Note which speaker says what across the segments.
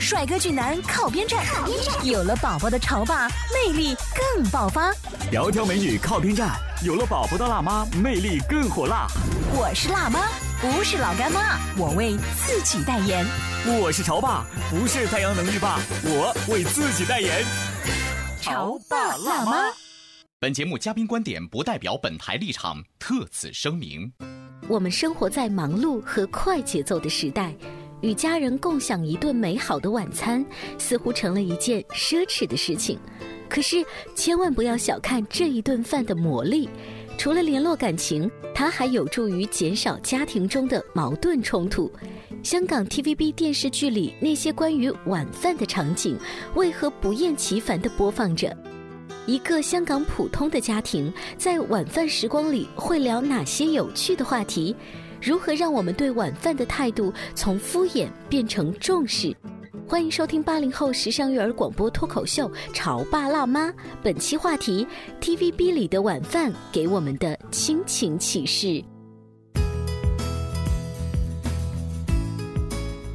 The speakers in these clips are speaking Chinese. Speaker 1: 帅哥俊男靠边站，有了宝宝的潮爸魅力更爆发。
Speaker 2: 窈窕美女靠边站，有了宝宝的辣妈魅力更火辣。
Speaker 1: 我是辣妈，不是老干妈，我为自己代言。
Speaker 2: 我是潮爸，不是太阳能浴霸，我为自己代言。
Speaker 1: 潮爸辣妈。
Speaker 3: 本节目嘉宾观点不代表本台立场，特此声明。
Speaker 1: 我们生活在忙碌和快节奏的时代，与家人共享一顿美好的晚餐，似乎成了一件奢侈的事情。可是，千万不要小看这一顿饭的魔力。除了联络感情，它还有助于减少家庭中的矛盾冲突。香港 TVB 电视剧里那些关于晚饭的场景，为何不厌其烦地播放着？一个香港普通的家庭在晚饭时光里会聊哪些有趣的话题？如何让我们对晚饭的态度从敷衍变成重视？欢迎收听八零后时尚育儿广播脱口秀《潮爸辣妈》，本期话题：TVB 里的晚饭给我们的亲情启示。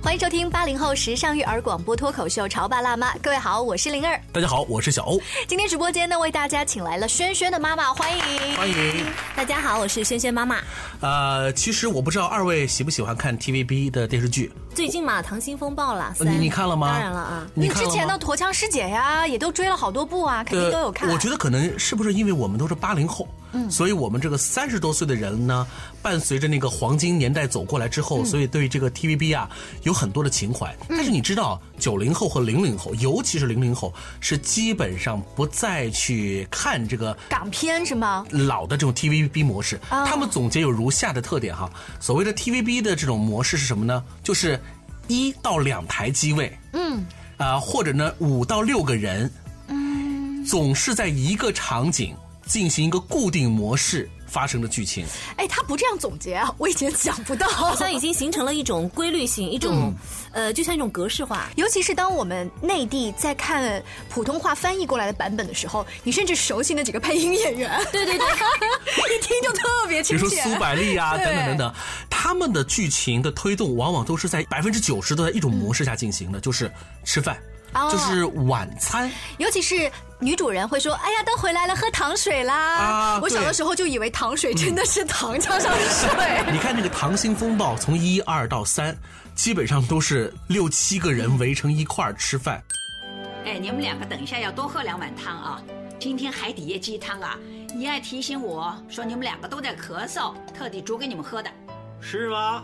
Speaker 4: 欢迎收听八零后时尚育儿广播脱口秀《潮爸辣妈》，各位好，我是灵儿。
Speaker 2: 大家好，我是小欧。
Speaker 4: 今天直播间呢，为大家请来了轩轩的妈妈，欢迎。
Speaker 5: 欢迎，
Speaker 4: 大家好，我是轩轩妈妈。
Speaker 5: 呃，其实我不知道二位喜不喜欢看 TVB 的电视剧，
Speaker 6: 最近嘛，《溏心风暴》啦，
Speaker 5: 呃你你看了吗？
Speaker 6: 当然了啊，
Speaker 5: 你
Speaker 4: 你
Speaker 5: 看
Speaker 4: 之
Speaker 5: 了
Speaker 4: 前的《
Speaker 5: 吗？
Speaker 4: 驼枪师姐》呀，也都追了好多部啊，肯定都有看。嗯
Speaker 5: 我觉得可能是不是因为我们都是八零后，所以我们这个三十多岁的人呢，伴随着那个黄金年代走过来之
Speaker 4: 嗯
Speaker 5: 后，所以对这个 TVB 啊有很多的情怀。但是你知道，九零后和零零后，尤其是零零后，是基本上不再去看这个
Speaker 4: 港片是吗？
Speaker 5: 老的这种 TVB 模式，他们总结有如下的特点哈。所谓的 TVB 的这种模式是什么呢？就是一到两台机位，嗯，啊、或者呢五到六个人，嗯，总是在一个场景进行一个固定模式发生的剧情。
Speaker 4: 哎，他不这样总结啊，我以前想 不到。
Speaker 6: 好像已经形成了一种规律性，一种、呃，就像一种格式化。
Speaker 4: 尤其是当我们内地在看普通话翻译过来的版本的时候，你甚至熟悉那几个配音演员，
Speaker 6: 对对对，
Speaker 4: 一听就特别
Speaker 5: 比
Speaker 4: 亲
Speaker 5: 如说
Speaker 4: 切。
Speaker 5: 苏百丽啊，
Speaker 4: 对
Speaker 5: 等等等等，他们的剧情的推动往往都是在百分之九十都在一种模式下进行的，就是吃饭，
Speaker 4: 哦
Speaker 5: 就是晚餐。
Speaker 4: 尤其是女主人会说：“哎呀，都回来了，喝糖水啦！”
Speaker 5: 啊
Speaker 4: 我小的
Speaker 5: 对嗯
Speaker 4: 时候就以为糖水真的是糖加上水。
Speaker 5: 你看这个《溏心风暴》，从一二到三，基本上都是六七个人围成一块儿吃饭。
Speaker 7: 哎，你们两个等一下要多喝两碗汤啊！今天海底椰鸡汤啊，你爱提醒我说你们两个都在咳嗽，特地煮给你们喝的。
Speaker 8: 是吗？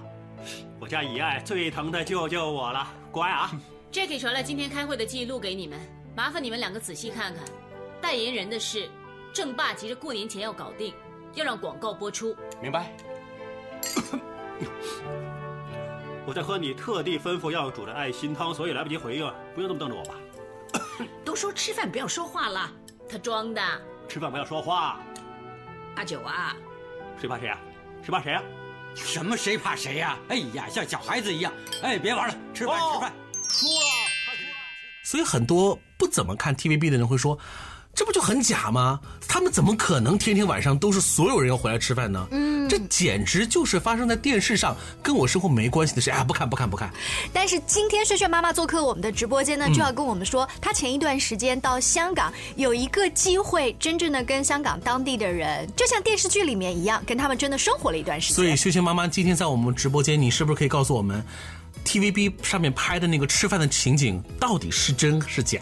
Speaker 8: 我家姨爱最疼的救救我了，乖啊！
Speaker 9: Jackie 传了今天开会的记录给你们，麻烦你们两个仔细看看。代言人的事，郑爸急着过年前要搞定，要让广告播出。
Speaker 8: 明白。我在喝你特地吩咐要煮的爱心汤，所以来不及回应，不用这么瞪着我吧？
Speaker 7: 都说吃饭不要说话了，
Speaker 9: 他装的，
Speaker 8: 吃饭不要说话，
Speaker 7: 阿九啊，
Speaker 8: 谁怕谁啊？谁怕谁啊？
Speaker 10: 什么谁怕谁呀、哎呀，像小孩子一样！哎，别玩了，吃饭、吃饭。
Speaker 8: 输了，他输了。
Speaker 5: 所以很多不怎么看 TVB 的人会说，这不就很假吗？他们怎么可能天天晚上都是所有人要回来吃饭呢？嗯，这简直就是发生在电视上，跟我生活没关系的事啊！不看不看不看，
Speaker 4: 但是今天炫炫妈妈做客我们的直播
Speaker 5: 嗯
Speaker 4: 间呢，就要跟我们说，她前一段时间到香港有一个机会，真正的跟香港当地的人，就像电视剧里面一样，跟他们真的生活了一段时
Speaker 5: 所以
Speaker 4: 间。
Speaker 5: 秀秀妈妈今天在我们直播间，你是不是可以告诉我们？TVB 上面拍的那个吃饭的情景到底是真是假？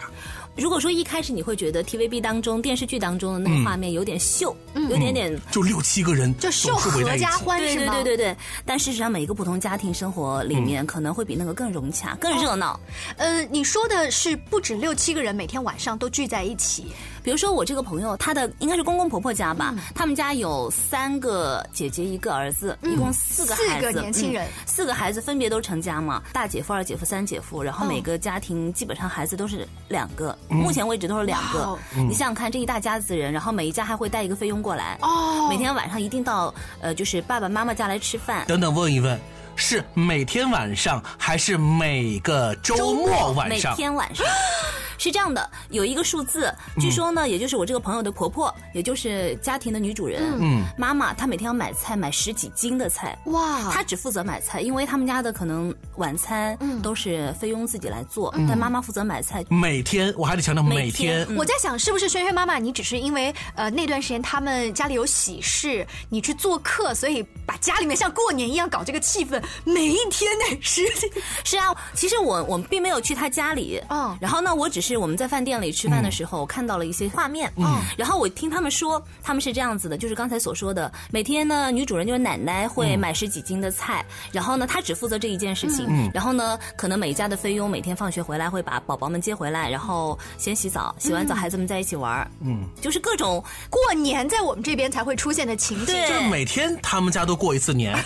Speaker 6: 如果说一开始你会觉得 TVB 当中电视剧当中的那个画面有点秀，
Speaker 4: 嗯
Speaker 6: 有点点
Speaker 5: 嗯就六七个人，
Speaker 4: 就秀
Speaker 5: 是围在一起
Speaker 4: 合家欢
Speaker 6: 对
Speaker 4: 是
Speaker 6: 对
Speaker 4: 吗
Speaker 6: 对对对。但事实上，每一个不同家庭生活里面可能会比那个更融洽、更热闹。
Speaker 4: 呃，你说的是不止六七个人每天晚上都聚在一起，
Speaker 6: 比如说我这个朋友，他的应该是公公婆婆家
Speaker 4: 嗯
Speaker 6: 吧，他们家有三个姐姐一个儿子，
Speaker 4: 嗯
Speaker 6: 一共四个孩子，
Speaker 4: 四个年轻人
Speaker 6: 嗯四个孩子分别都成家嘛，大姐夫、二姐夫、三姐夫，然后
Speaker 4: 哦
Speaker 6: 每个家庭基本上孩子都是两个，
Speaker 4: 嗯
Speaker 6: 目前为止都是两
Speaker 4: 哇
Speaker 6: 个
Speaker 4: 哦。
Speaker 6: 你想想看，这一大家子人，然后每一家还会带一个菲佣过来，
Speaker 4: 哦
Speaker 6: 每天晚上一定到呃就是爸爸妈妈家来吃饭，
Speaker 5: 等等，问一问，是每天晚上还是每个周末晚上？
Speaker 6: 每天晚上。 是这样的，有一个数字，据
Speaker 5: 嗯
Speaker 6: 说呢，也就是我这个朋友的婆婆，也就是家庭的女主人，
Speaker 5: 嗯
Speaker 6: 妈妈，她每天要买菜，买十几斤的菜，
Speaker 4: 哇
Speaker 6: 她只负责买菜，因为他们家的可能晚餐都是菲佣自己来做，但妈妈负责买菜。
Speaker 5: 每天，我还得强调每嗯天。
Speaker 4: 我在想是不是轩轩妈妈，你只是因为呃那段时间他们家里有喜事，你去做客，所以把家里面像过年一样搞这个气氛，每一天呢十几，
Speaker 6: 是啊，其实我我并没有去她家里，
Speaker 4: 嗯
Speaker 6: 然后呢，我只是我们在饭店里吃饭的时候，我看到了一些画面，
Speaker 4: 嗯
Speaker 6: 然后我听他们说，他们是这样子的，就是刚才所说的，每天呢，女主人就是奶奶会
Speaker 4: 嗯
Speaker 6: 买十几斤的菜，然后呢，她只负责这一件事情，
Speaker 4: 嗯
Speaker 6: 然后呢，可能每家的菲佣每天放学回来会把宝宝们接回来，然后先洗澡，洗完澡
Speaker 4: 嗯
Speaker 6: 孩子们在一起玩儿，
Speaker 5: 嗯，
Speaker 6: 就是各种
Speaker 4: 过年在我们这边才会出现的情景，
Speaker 5: 就是每天他们家都过一次年，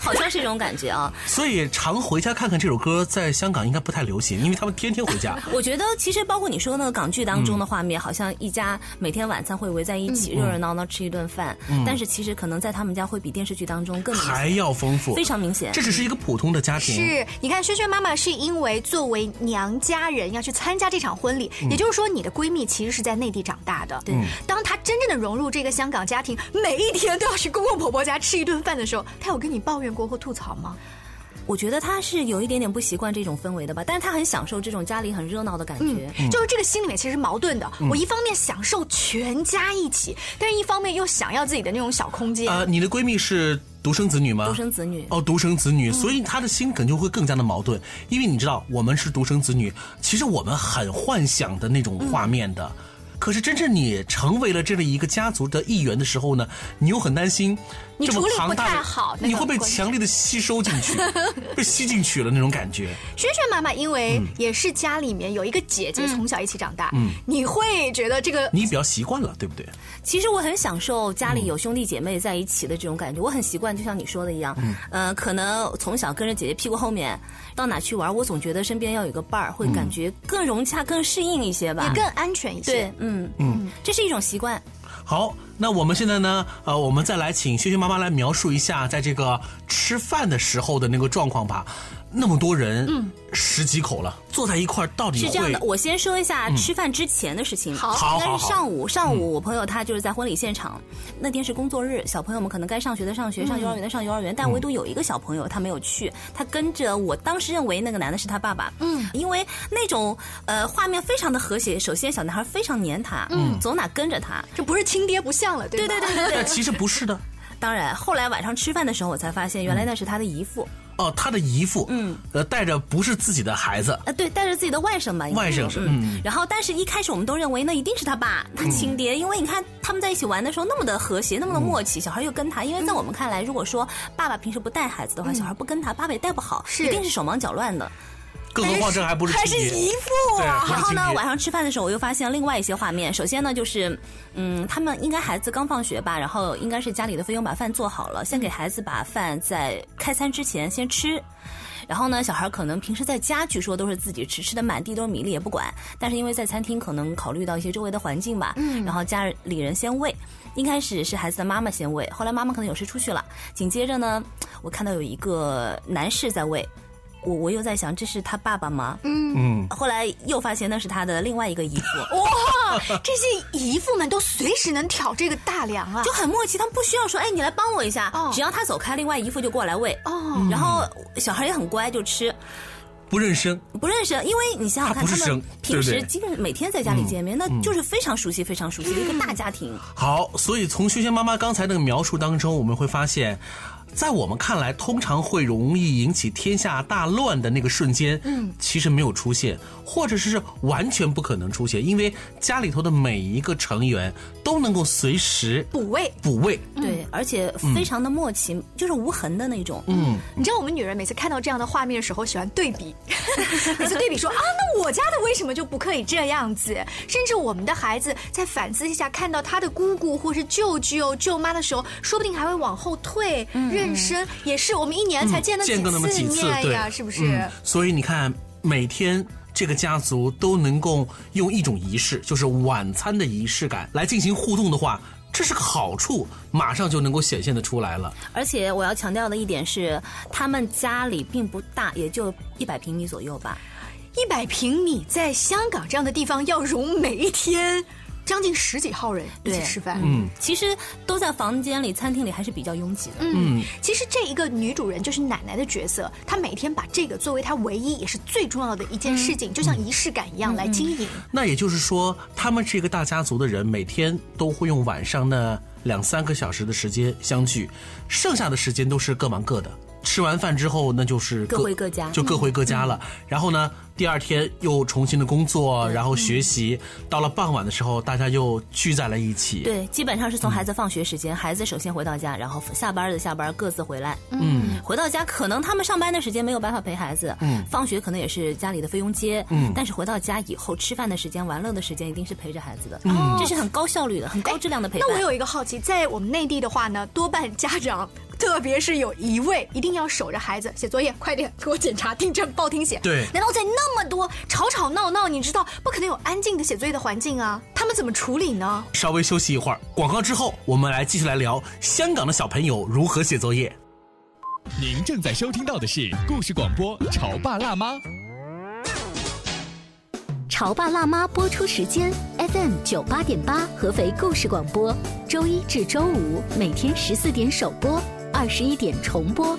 Speaker 6: 好像是这种感觉啊。
Speaker 5: 所以常回家看看这首歌在香港应该不太流行，因为他们天天回家。
Speaker 6: 我觉得其实包括你说那个港剧当中的画面，好像一家每天晚餐会围在一起，
Speaker 5: 嗯
Speaker 6: 热热闹闹吃一顿饭。
Speaker 5: 嗯
Speaker 6: 但是其实可能在他们家会比电视剧当中更明显
Speaker 5: 还要丰 富，
Speaker 6: 非常明显
Speaker 5: 这只是一个普通的家庭，
Speaker 4: 是，你看，轩轩妈妈是因为作为娘家人要去参加这场婚礼，
Speaker 5: 嗯
Speaker 4: 也就是说，你的闺蜜其实是在内地长大的。
Speaker 5: 对嗯
Speaker 4: 当她真正的融入这个香港家庭，每一天都要去公公婆婆家吃一顿饭的时候，她有跟你抱怨过或吐槽吗？
Speaker 6: 我觉得他是有一点点不习惯这种氛围的吧，但是他很享受这种家里很热闹的感
Speaker 4: 嗯
Speaker 6: 觉。，
Speaker 4: 就是这个心里面其实矛盾的。
Speaker 6: 嗯
Speaker 4: 我一方面享受全家一起，但是一方面又想要自己的那种小空间。
Speaker 5: 呃，你的闺蜜是独生子女吗？
Speaker 6: 独生子女
Speaker 5: 哦，独生子女，
Speaker 6: 嗯
Speaker 5: 所以她的心可能就会更加的矛盾，因为你知道我们是独生子女，其实我们很幻想的那种画面的。可是，真正你成为了这样一个家族的一员的时候呢，你又很担心，
Speaker 4: 你
Speaker 5: 这么
Speaker 4: 处理
Speaker 5: 庞
Speaker 4: 不
Speaker 5: 大的
Speaker 4: 太好那
Speaker 5: 你
Speaker 4: 个
Speaker 5: 会被
Speaker 4: 关系
Speaker 5: 强烈的吸收进 去，被吸进去了那种感觉。
Speaker 4: 轩轩妈妈因为
Speaker 5: 嗯
Speaker 4: 也是家里面有一个姐姐从小一起长大，
Speaker 5: 嗯
Speaker 4: 你会觉得这个
Speaker 2: 嗯
Speaker 5: 你比较习惯了，对不对？
Speaker 6: 其实我很享受家里有兄弟姐妹在一起的这种感觉，我很习惯，就像你说的一样，
Speaker 5: 嗯
Speaker 6: 呃，可能从小跟着姐姐屁股后面到哪去玩，我总觉得身边要有个伴儿，
Speaker 5: 嗯
Speaker 6: 会感觉更融洽、更适应一些吧，
Speaker 4: 也更安全一些。
Speaker 6: 对，嗯
Speaker 5: 嗯，
Speaker 6: 这是一种习惯。
Speaker 5: 好，那我们现在呢，呃，我们再来请萱萱妈妈来描述一下，在这个吃饭的时候的那个状况吧。那么多人，
Speaker 6: 嗯，
Speaker 5: 十几口了，坐在一块儿到底
Speaker 6: 是
Speaker 5: 会
Speaker 6: 这样的，我先说一下
Speaker 5: 嗯
Speaker 6: 吃饭之前的事情。
Speaker 5: 好好
Speaker 6: 应该
Speaker 5: 好
Speaker 6: 是
Speaker 5: 好
Speaker 6: 上午，上午
Speaker 5: 嗯
Speaker 6: 我朋友他就是在婚礼现场，那天是工作日，小朋友们可能该上学的上学，上幼儿园的上幼儿园，但
Speaker 4: 嗯
Speaker 6: 唯独有一个小朋友他没有去，他跟着我当时认为那个男的是他爸爸，
Speaker 4: 嗯，
Speaker 6: 因为那种呃画面非常的和谐，首先小男孩非常黏他，
Speaker 5: 嗯
Speaker 6: 走哪跟着他，
Speaker 4: 这不是亲爹不像了，对
Speaker 6: 对对对对
Speaker 5: 但
Speaker 6: 对，
Speaker 5: 哎其实不是的。
Speaker 6: 当然，后来晚上吃饭的时候我才发现，原来那是他的姨父，
Speaker 5: 哦，他的姨父，嗯，呃，带着不是自己的孩子，
Speaker 6: 啊，对，带着自己的外甥吧，应该
Speaker 5: 外甥是
Speaker 6: 是嗯
Speaker 5: 嗯。
Speaker 6: 然后，但是一开始我们都认为那一定是他爸，他亲爹，因为你看他们在一起玩的时候那么的和谐，那么的默契，小孩又跟他。因为在我们看来，如果说爸爸平时不带孩子的话，小孩不跟他，爸爸也带不好，一定是手忙脚乱的。
Speaker 5: 更何况这还不是亲爹
Speaker 6: 父
Speaker 5: 对不是
Speaker 6: 然后
Speaker 5: 亲
Speaker 6: 呢，
Speaker 5: 爹
Speaker 6: 晚上吃饭的时候，我又发现另外一些画面。首先呢，就是，嗯，他们应该孩子刚放学吧，然后应该是家里的菲佣把饭做好了，先给孩子把饭在开餐之前先吃。然后呢，小孩可能平时在家据说都是自己吃，吃的满地都是米粒也不管。但是因为在餐厅，可能考虑到一些周围的环境吧，
Speaker 4: 嗯
Speaker 6: 然后家里人先喂。一开始是孩子的妈妈先喂，后来妈妈可能有事出去了，紧接着呢，我看到有一个男士在喂，我我又在想，这是他爸爸吗？
Speaker 5: 嗯
Speaker 6: 后来又发现那是他的另外一个姨父，
Speaker 4: 哇，这些姨父们都随时能挑这个大梁啊！
Speaker 6: 就很默契，他们不需要说，哎，你来帮我一下，只要他走开，另外姨父就过来喂。
Speaker 4: 哦
Speaker 6: 然后小孩也很乖，就吃，
Speaker 5: 不认生，
Speaker 6: 不认识，因为你想想
Speaker 5: 他
Speaker 6: 看，
Speaker 5: 不是
Speaker 6: 他们
Speaker 5: 生
Speaker 6: 平
Speaker 5: 对
Speaker 6: 时
Speaker 5: 不对
Speaker 6: 基本每天在家里见面，
Speaker 5: 嗯
Speaker 6: 那就是非常熟悉、非常熟悉的一个大家庭。
Speaker 5: 好，所以从萱萱妈妈刚才那个描述当中，我们会发现，在我们看来，通常会容易引起天下大乱的那个瞬间，
Speaker 4: 嗯，
Speaker 5: 其实没有出现，或者是完全不可能出现，因为家里头的每一个成员都能够随时
Speaker 4: 补位，
Speaker 5: 补位，
Speaker 6: 对，而且
Speaker 5: 嗯
Speaker 6: 非常的默契，就是无痕的那种。
Speaker 5: 嗯，
Speaker 4: 你知道我们女人每次看到这样的画面的时候，喜欢对比， 每次对比说啊，那我家的为什么就不可以这样子？甚至我们的孩子在反思一下，看到他的姑姑或是舅舅、舅妈的时候，说不定还会往后退、妊娠，也是我们一年才见那
Speaker 5: 嗯见个那么几次，
Speaker 4: 面
Speaker 5: 对
Speaker 4: 呀，是不是？
Speaker 5: 嗯所以你看，每天这个家族都能够用一种仪式，就是晚餐的仪式感来进行互动的话，这是个好处，马上就能够显现的出来了。
Speaker 6: 而且我要强调的一点是，他们家里并不大，也就一百平米左右吧。
Speaker 4: 一百平米在香港这样的地方要容每一天将近十几号人一
Speaker 6: 对
Speaker 4: 起吃饭，
Speaker 6: 嗯，其实都在房间里、餐厅里还是比较拥挤的。
Speaker 4: 嗯，其实这一个女主人就是奶奶的角色，她每天把这个作为她唯一也是最重要的一件事情，就像仪式感一样来经营。
Speaker 5: 那也就是说，他们是一个大家族的人，每天都会用晚上那两三个小时的时间相聚，剩下的时间都是各忙各的。吃完饭之后，那就是
Speaker 6: 各回各家嗯
Speaker 5: 就各回各家了。然后呢，第二天又重新的工作，然后学习。到了傍晚的时候，大家又聚在了一起。，
Speaker 6: 嗯对，基本上
Speaker 5: 嗯
Speaker 6: 是从孩子放学时间，孩子首先回到家，然后下班的下班，各自回来。
Speaker 5: 嗯，
Speaker 6: 回到家可能他们上班的时间没有办法陪孩子，
Speaker 5: 嗯
Speaker 6: 放学可能也是家里的费用接，
Speaker 5: 嗯
Speaker 6: 但是回到家以后，吃饭的时间、玩乐的时间一定是陪着孩子的，
Speaker 4: 嗯
Speaker 6: 这是很高效率的、很高质量的陪伴。
Speaker 4: 哎那我有一个好奇，在我们内地的话呢，多半家长，特别是有一位一定要守着孩子写作业，快点给我检查、订正、报听写。
Speaker 5: 对
Speaker 4: 难道在那么多吵吵闹闹，你知道不可能有安静的写作业的环境啊？他们怎么处理呢？
Speaker 5: 稍微休息一会儿，广告之后，我们来继续来聊香港的小朋友如何写作业。
Speaker 11: 您正在收听到的是故事广播《潮爸辣妈》。
Speaker 1: 《潮爸辣妈》播出时间：FM 九八点八，合肥故事广播，周一至周五每天十四点首播，二十一点重播。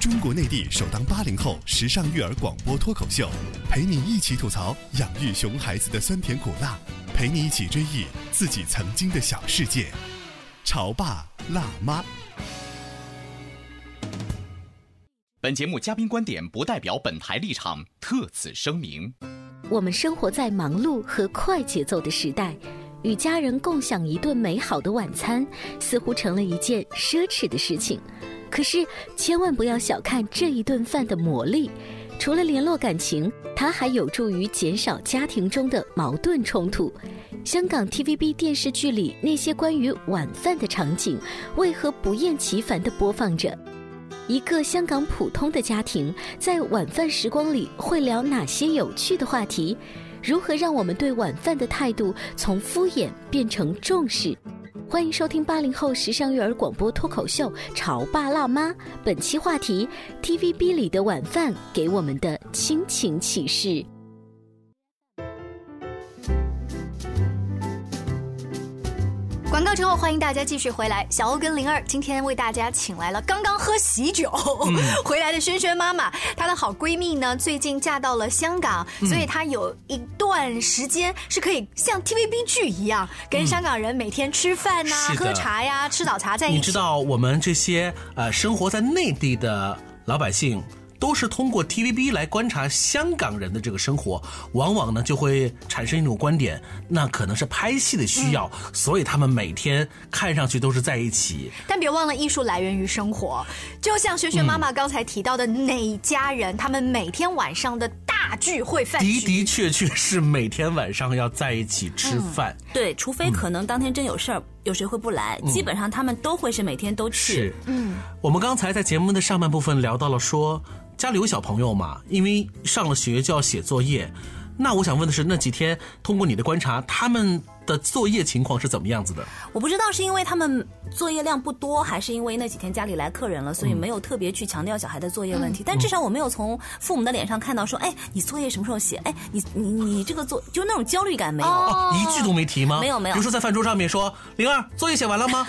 Speaker 12: 中国内地首档八零后时尚育儿广播脱口秀，陪你一起吐槽养育熊孩子的酸甜苦辣，陪你一起追忆自己曾经的小世界。潮爸辣妈，
Speaker 3: 本节目嘉宾观点不代表本台立场，特此声明。
Speaker 1: 我们生活在忙碌和快节奏的时代，与家人共享一顿美好的晚餐，似乎成了一件奢侈的事情。可是，千万不要小看这一顿饭的魔力。除了联络感情，它还有助于减少家庭中的矛盾冲突。香港 TVB 电视剧里那些关于晚饭的场景，为何不厌其烦地播放着？一个香港普通的家庭在晚饭时光里会聊哪些有趣的话题？如何让我们对晚饭的态度从敷衍变成重视？欢迎收听八零后时尚育儿广播脱口秀《潮爸辣妈》，本期话题：TVB 里的晚饭给我们的亲情启示。
Speaker 4: 广告之后，欢迎大家继续回来。小欧跟灵儿今天为大家请来了刚刚喝喜酒、
Speaker 13: 嗯
Speaker 4: 回来的萱萱妈妈，她的好闺蜜呢，最近嫁到了香港，
Speaker 13: 嗯
Speaker 4: 所以她有一段时间是可以像 TVB 剧一样，跟香港人每天吃饭呐、
Speaker 5: 是的
Speaker 4: 喝茶呀、吃早茶在一起。
Speaker 5: 你知道我们这些呃生活在内地的老百姓，都是通过 TVB 来观察香港人的这个生活，往往呢就会产生一种观点，那可能是拍戏的需要，
Speaker 4: 嗯
Speaker 5: 所以他们每天看上去都是在一起。
Speaker 4: 但别忘了，艺术来源于生活。就像萱萱妈
Speaker 5: 嗯
Speaker 4: 妈刚才提到的，哪一家人他们每天晚上的大聚会饭局，
Speaker 5: 的的确确是每天晚上要在一起吃
Speaker 4: 嗯
Speaker 5: 饭，
Speaker 6: 对，除非可能当天真有事儿，有谁会不来？
Speaker 5: 嗯
Speaker 6: 基本上他们都会是每天都去
Speaker 5: 是。
Speaker 6: 嗯，
Speaker 5: 我们刚才在节目的上半部分聊到了说，家里有小朋友嘛，因为上了学就要写作业。那我想问的是，那几天通过你的观察，他们的作业情况是怎么样子的？
Speaker 6: 我不知道是因为他们作业量不多，还是因为那几天家里来客人了，所以没有特别去强调小孩的作业问题。
Speaker 13: 嗯
Speaker 6: 但至少我没有从父母的脸上看到说，哎，你作业什么时候写？哎，你你你这个作就是那种焦虑感没有，
Speaker 5: 哦，一句都没提吗？
Speaker 6: 没有没有
Speaker 5: 比如说在饭桌上面说：“灵儿，作业写完了吗？”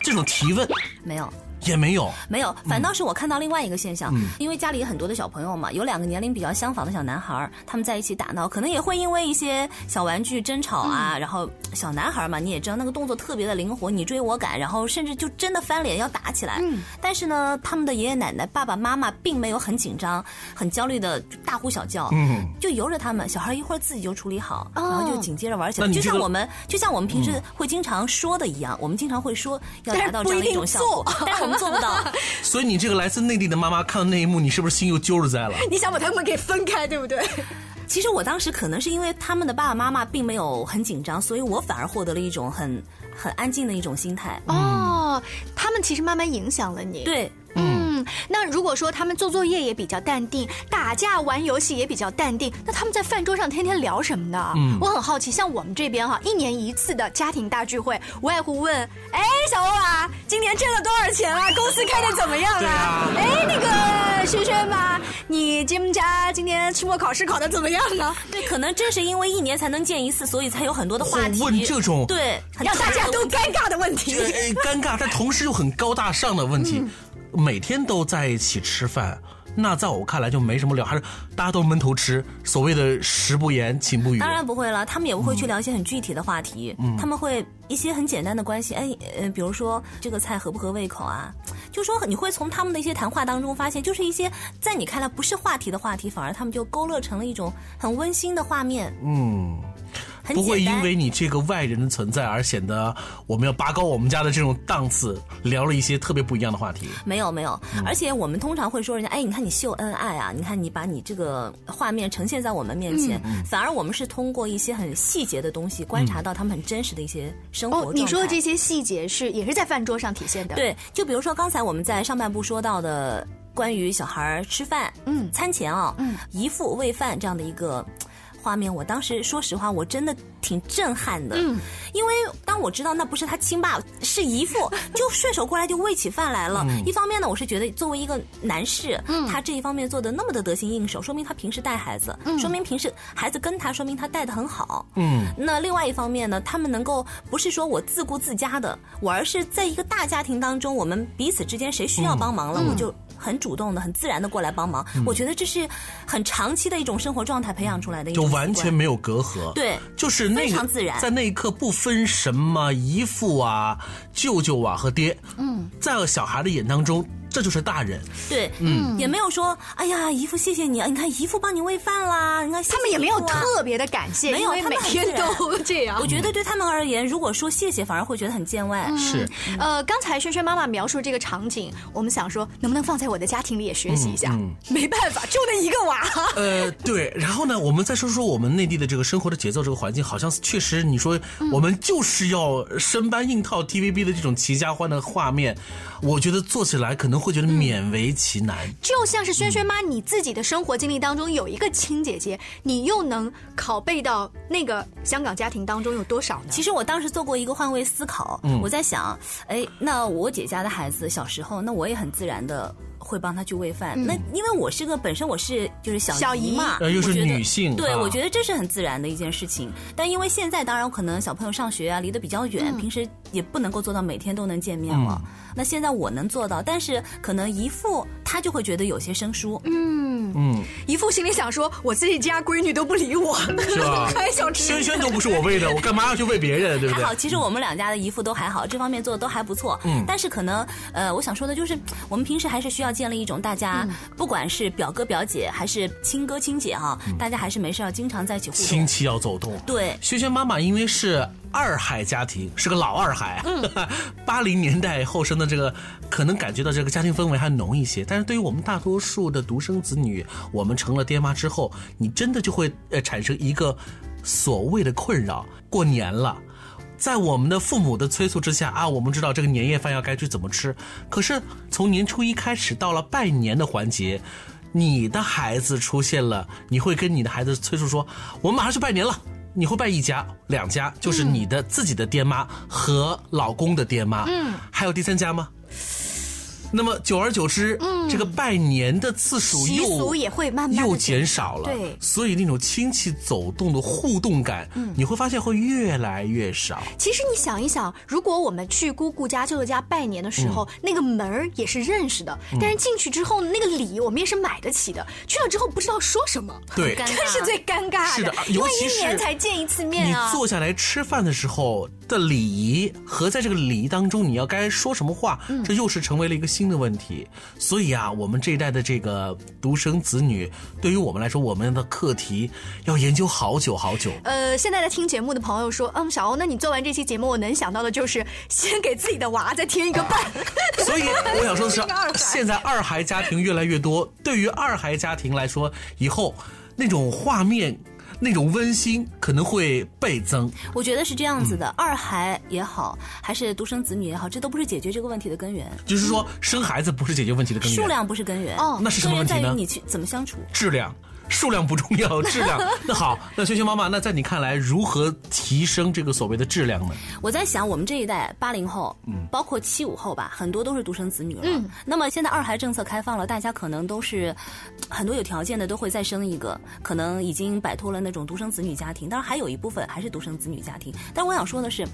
Speaker 5: 这种提问
Speaker 6: 没有。
Speaker 5: 也没有。
Speaker 6: 没有，
Speaker 13: 嗯
Speaker 6: 反倒是我看到另外一个现象，
Speaker 5: 嗯
Speaker 6: 因为家里有很多的小朋友嘛，有两个年龄比较相仿的小男孩儿，他们在一起打闹，可能也会因为一些小玩具争吵啊。
Speaker 13: 嗯
Speaker 6: 然后小男孩儿嘛，你也知道那个动作特别的灵活，你追我赶，然后甚至就真的翻脸要打起来。
Speaker 13: 嗯
Speaker 6: 但是呢，他们的爷爷奶奶、爸爸妈妈并没有很紧张、很焦虑的大呼小叫，
Speaker 13: 嗯
Speaker 6: 就由着他们，小孩儿一会儿自己就处理好，
Speaker 13: 哦
Speaker 6: 然后就紧接着玩起
Speaker 13: 那
Speaker 6: 来。
Speaker 13: 你
Speaker 6: 就
Speaker 13: 这
Speaker 6: 像
Speaker 13: 个
Speaker 6: 我们，就像我们平时
Speaker 13: 嗯
Speaker 6: 会经常说的一样，我们经常会说要
Speaker 13: 但是
Speaker 6: 达到
Speaker 13: 不
Speaker 6: 这样
Speaker 13: 一
Speaker 6: 的一
Speaker 13: 定
Speaker 6: 种效果
Speaker 13: 做，
Speaker 6: 但是我们做不到。
Speaker 5: 所以你这个来自内地的妈妈看到那一幕，你是不是心又揪着 在了？
Speaker 6: 你想把他们给分开，对不对？其实我当时可能是因为他们的爸爸妈妈并没有很紧张，所以我反而获得了一种很很安静的一种心态。
Speaker 5: 嗯
Speaker 4: 哦，他们其实慢慢影响了你。
Speaker 6: 对。
Speaker 4: 嗯，那如果说他们做作业也比较淡定，打架玩游戏也比较淡定，那他们在饭桌上天天聊什么呢？
Speaker 13: 嗯
Speaker 4: 我很好奇，像我们这边哈、一年一次的家庭大聚会，无外乎问，哎，小欧啊，今年挣了多少钱啊？公司开的怎么样啊？哎、那个轩轩吧，你们家今年期末考试考的怎么样 啊？
Speaker 6: 对，可能正是因为一年才能见一次，所以才有很多的话题。
Speaker 5: 会问这种
Speaker 6: 对，很
Speaker 4: 让大家都尴尬的问题
Speaker 5: 这个哎尴尬，但同时又很高大上的问题，
Speaker 6: 嗯
Speaker 5: 每天都在一起吃饭。那在我看来就没什么聊，还是大家都闷头吃，所谓的食不言，寝不语。
Speaker 6: 当然不会了，他们也不会去聊一些很具体的话题，
Speaker 5: 嗯
Speaker 6: 他们会一些很简单的关系，哎，呃，比如说这个菜合不合胃口啊，就说你会从他们的一些谈话当中发现，就是一些在你看来不是话题的话题，反而他们就勾勒成了一种很温馨的画面，
Speaker 5: 嗯，
Speaker 6: 很
Speaker 5: 不会
Speaker 6: 简单
Speaker 5: 因为你这个外人的存在而显得我们要拔高我们家的这种档次，聊了一些特别不一样的话题。
Speaker 6: 没有没有，
Speaker 4: 嗯
Speaker 6: 而且我们通常会说人家，哎，你看你秀恩爱啊，你看你把你这个画面呈现在我们面前，
Speaker 4: 嗯嗯
Speaker 6: 反而我们是通过一些很细节的东西观察到他们很真实的一些生活状
Speaker 4: 哦，
Speaker 6: 态。
Speaker 4: 你说的这些细节是也是在饭桌上体现的。
Speaker 6: 对，就比如说刚才我们在上半部说到的关于小孩儿吃饭，嗯，餐前啊、嗯，姨父喂饭这样的一个。画面，我当时说实话，我真的挺震撼的，
Speaker 13: 嗯，
Speaker 6: 因为当我知道那不是他亲爸，是姨父，就顺手过来就喂起饭来了。
Speaker 13: 嗯
Speaker 6: 一方面呢，我是觉得作为一个男士，嗯，他这一方面做的那么的得心应手，说明他平时带孩子，说明平时孩子跟他，说明他带的很好，
Speaker 13: 嗯
Speaker 6: 那另外一方面呢，他们能够不是说我自顾自家的，我而是在一个大家庭当中，我们彼此之间谁需要帮忙了，
Speaker 13: 嗯
Speaker 6: 我就很主动的、很自然的过来帮忙。
Speaker 5: 嗯
Speaker 6: 我觉得这是很长期的一种生活状态培养出来的一
Speaker 5: 就
Speaker 6: 种习惯，
Speaker 5: 完全没有隔阂，
Speaker 6: 对
Speaker 5: 就是那个
Speaker 6: 非常自然
Speaker 5: 在那一刻不分什么姨父啊、舅舅啊和爹，
Speaker 6: 嗯，
Speaker 5: 在小孩的眼当中，这就是大人。
Speaker 6: 对，
Speaker 5: 嗯
Speaker 6: 也没有说，哎呀，姨父谢谢你啊，你看姨父帮你喂饭啦，你看谢谢
Speaker 4: 他们也没有
Speaker 6: 姨父啊
Speaker 4: 特别的感谢
Speaker 6: 没有，
Speaker 4: 因为
Speaker 6: 他们
Speaker 4: 每
Speaker 6: 很
Speaker 4: 天
Speaker 6: 自然
Speaker 4: 都这样
Speaker 6: 我觉得对他们而言，如果说谢谢，反而会觉得很见外。
Speaker 4: 嗯，呃，刚才轩轩妈妈描述这个场景，我们想说能不能放在我的家庭里也学习一下？
Speaker 5: 嗯
Speaker 4: 没办法，就那一个娃。
Speaker 5: 呃，对，然后呢，我们再说说我们内地的这个生活的节奏，这个环境好像确实，你说
Speaker 6: 嗯
Speaker 5: 我们就是要生搬硬套 TVB 的这种齐家欢的画面，我觉得做起来可能会
Speaker 6: 嗯
Speaker 5: 觉得勉为其难。
Speaker 4: 就像是轩轩妈你自己的生活经历当中有一个亲姐姐，你又能拷贝到那个香港家庭当中有多少呢？
Speaker 6: 其实我当时做过一个换位思考，
Speaker 4: 嗯
Speaker 6: 我在想，哎，那我姐家的孩子小时候，那我也很自然的会帮他去喂饭。
Speaker 13: 嗯
Speaker 6: 那因为我是个本身我是就是小
Speaker 13: 小姨
Speaker 6: 姨嘛，
Speaker 5: 呃又是
Speaker 6: 我觉得
Speaker 5: 女性
Speaker 6: 对、
Speaker 5: 啊
Speaker 6: 我觉得这是很自然的一件事情。但因为现在当然可能小朋友上学啊，离得比较远，
Speaker 5: 嗯
Speaker 6: 平时也不能够做到每天都能见面了。那现在我能做到，但是可能姨父他就会觉得有些生疏。
Speaker 4: 嗯，
Speaker 5: 嗯，
Speaker 4: 姨父心里想说，我自己家闺女都不理我，
Speaker 5: 是 吧
Speaker 4: 还想？吃
Speaker 5: 轩轩都不是我喂的，我干嘛要去喂别人，对不
Speaker 6: 还
Speaker 5: 对？
Speaker 6: 好，其实我们两家的姨父都还好，这方面做的都还不错。
Speaker 5: 嗯
Speaker 6: 但是可能呃，我想说的就是，我们平时还是需要建立一种大家，
Speaker 5: 嗯
Speaker 6: 不管是表哥表姐还是亲哥亲姐哈、大家还是没事要经常在一起互
Speaker 5: 嗯亲
Speaker 6: 动。
Speaker 5: 戚要走动。
Speaker 6: 对
Speaker 5: 轩轩妈妈因为是二孩家庭，是个老二孩， 八零、年代后生的这个，可能感觉到这个家庭氛围还浓一些。但是对于我们大多数的独生子女，我们成了爹妈之后，你真的就会呃产生一个所谓的困扰。过年了。在我们的父母的催促之下啊，我们知道这个年夜饭要该去怎么吃。可是从年初一开始，到了拜年的环节，你的孩子出现了，你会跟你的孩子催促说：“我们马上去拜年了，你会拜一家、两家，就是你的自己的爹妈和老公的爹妈，
Speaker 4: 嗯，
Speaker 5: 还有第三家吗？那么久而久之，
Speaker 4: 嗯
Speaker 5: 这个拜年的次数
Speaker 4: 习
Speaker 5: 又
Speaker 4: 俗也会慢慢地
Speaker 5: 又减少了，
Speaker 4: 对
Speaker 5: 所以那种亲戚走动的互动感，
Speaker 4: 嗯
Speaker 5: 你会发现会越来越少。
Speaker 4: 其实你想一想，如果我们去姑姑家、舅舅家拜年的时候，那个门儿也是认识的，
Speaker 5: 嗯
Speaker 4: 但是进去之后，那个礼我们也是买得起的。去了之后不知道说什么，
Speaker 5: 对
Speaker 4: 这
Speaker 5: 尴
Speaker 4: 是最尴尬
Speaker 5: 是的
Speaker 4: 因
Speaker 5: 尤
Speaker 4: 为
Speaker 5: 其
Speaker 4: 一
Speaker 5: 是
Speaker 4: 年才见一次面
Speaker 5: 你
Speaker 4: 啊。
Speaker 5: 坐下来吃饭的时候的礼仪和在这个礼仪当中你要该说什么话，
Speaker 4: 嗯
Speaker 5: 这又是成为了一个新的问题。所以啊，我们这一代的这个独生子女，对于我们来说，我们的课题要研究好久好 久。
Speaker 4: 呃，现在在听节目的朋友说，嗯，小欧，那你做完这期节目，我能想到的就是先给自己的娃再添一个 伴。
Speaker 5: 所以我想说的是
Speaker 4: 一个二，孩
Speaker 5: 现在二孩家庭越来越多，对于二孩家庭来说，以后那种画面、那种温馨可能会倍增。
Speaker 6: 我觉得是这样子
Speaker 5: 嗯
Speaker 6: 的，二孩也好，还是独生子女也好，这都不是解决这个问题的根源，
Speaker 5: 就是说，生孩子不是解决问题的根源，
Speaker 6: 数量不是根源，
Speaker 5: 哦那是什么问题呢
Speaker 6: 根源在于你去怎么相处。
Speaker 5: 质量。数量不重要，质 量。那好，那萱萱妈妈，那在你看来，如何提升这个所谓的质量呢？
Speaker 6: 我在想，我们这一代八零后，
Speaker 5: 嗯
Speaker 6: 包括七五后吧，很多都是独生子女了。那么现在二孩政策开放了，大家可能都是很多有条件的都会再生一个，可能已经摆脱了那种独生子女家庭。当然，还有一部分还是独生子女家庭。但我想说的是，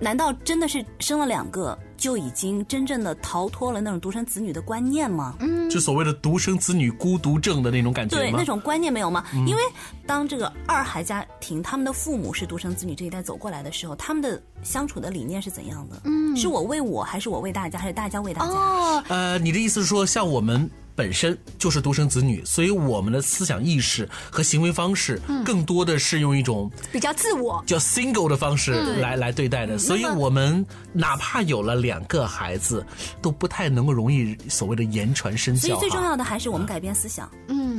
Speaker 6: 难道真的是生了两个就已经真正的逃脱了那种独生子女的观念吗？嗯
Speaker 5: 就所谓的独生子女孤独症的那种感觉吗？
Speaker 6: 对那种观念没有吗？
Speaker 5: 嗯
Speaker 6: 因为当这个二孩家庭他们的父母是独生子女这一代走过来的时候，他们的相处的理念是怎样的？
Speaker 4: 嗯
Speaker 6: 是我为我，还是我为大家，还是大家为大家？
Speaker 4: 哦，
Speaker 5: 呃，你的意思是说，像我们本身就是独生子女，所以我们的思想意识和行为方式
Speaker 4: 嗯
Speaker 5: 更多的是用一种
Speaker 4: 比较自我。
Speaker 5: 叫 single 的方式
Speaker 4: 嗯
Speaker 5: 来、来对待的，
Speaker 4: 嗯
Speaker 5: 所以
Speaker 4: 那么
Speaker 5: 我们哪怕有了两个孩子，都不太能够容易所谓的言传身
Speaker 6: 所
Speaker 5: 教
Speaker 6: 以
Speaker 5: 哈。
Speaker 6: 最重要的还是我们改变思想。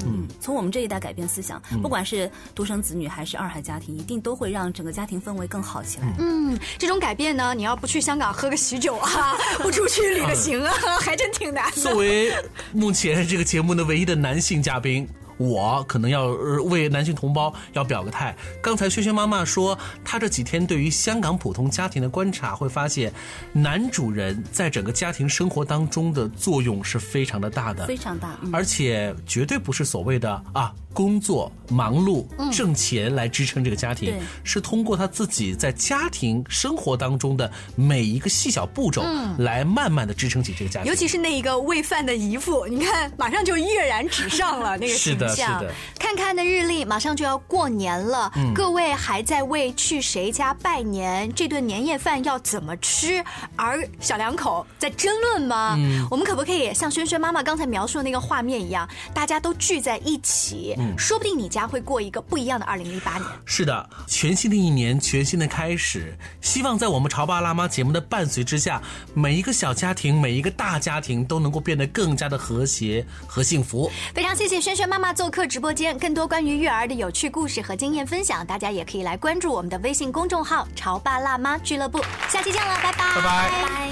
Speaker 4: 嗯，
Speaker 6: 从我们这一代改变思想，
Speaker 5: 嗯
Speaker 6: 不管是独生子女还是二孩家庭，一定都会让整个家庭氛围更好起来。
Speaker 4: 嗯，这种改变呢，你要不去香港喝个喜酒啊，不出去旅个行啊，
Speaker 5: 嗯
Speaker 4: 还真挺难的。
Speaker 5: 作为目前这个节目的唯一的男性嘉宾，我可能要、呃为男性同胞要表个态。刚才萱萱妈妈说，她这几天对于香港普通家庭的观察，会发现男主人在整个家庭生活当中的作用是非常的大的，
Speaker 6: 非常大，嗯
Speaker 5: 而且绝对不是所谓的啊工作忙碌
Speaker 6: 嗯
Speaker 5: 挣钱来支撑这个家庭，
Speaker 6: 对
Speaker 5: 是通过他自己在家庭生活当中的每一个细小步骤
Speaker 4: 嗯
Speaker 5: 来慢慢的支撑起这个家庭。
Speaker 4: 尤其是那一个喂饭的姨父， 你看马上就跃然纸上了那个
Speaker 5: 是
Speaker 4: 形
Speaker 5: 的
Speaker 4: 象。
Speaker 5: 是的
Speaker 4: 看看的日历，马上就要过年了，
Speaker 5: 嗯
Speaker 4: 各位还在为去谁家拜年，这顿年夜饭要怎么吃，而小两口在争论吗？
Speaker 13: 嗯
Speaker 4: 我们可不可以也像轩轩妈妈刚才描述的那个画面一样，大家都聚在一起，
Speaker 5: 嗯
Speaker 4: 说不定你家会过一个不一样的二零一八年。
Speaker 5: 是的，全新的一年，全新的开始。希望在我们潮爸辣妈节目的伴随之下，每一个小家庭，每一个大家庭都能够变得更加的和谐和幸福。
Speaker 4: 非常谢谢轩轩妈妈做客直播间，更多关于育儿的有趣故事和经验分享，大家也可以来关注我们的微信公众号“潮爸辣妈俱乐部”。下期见了，拜拜，
Speaker 1: 拜拜
Speaker 4: 拜。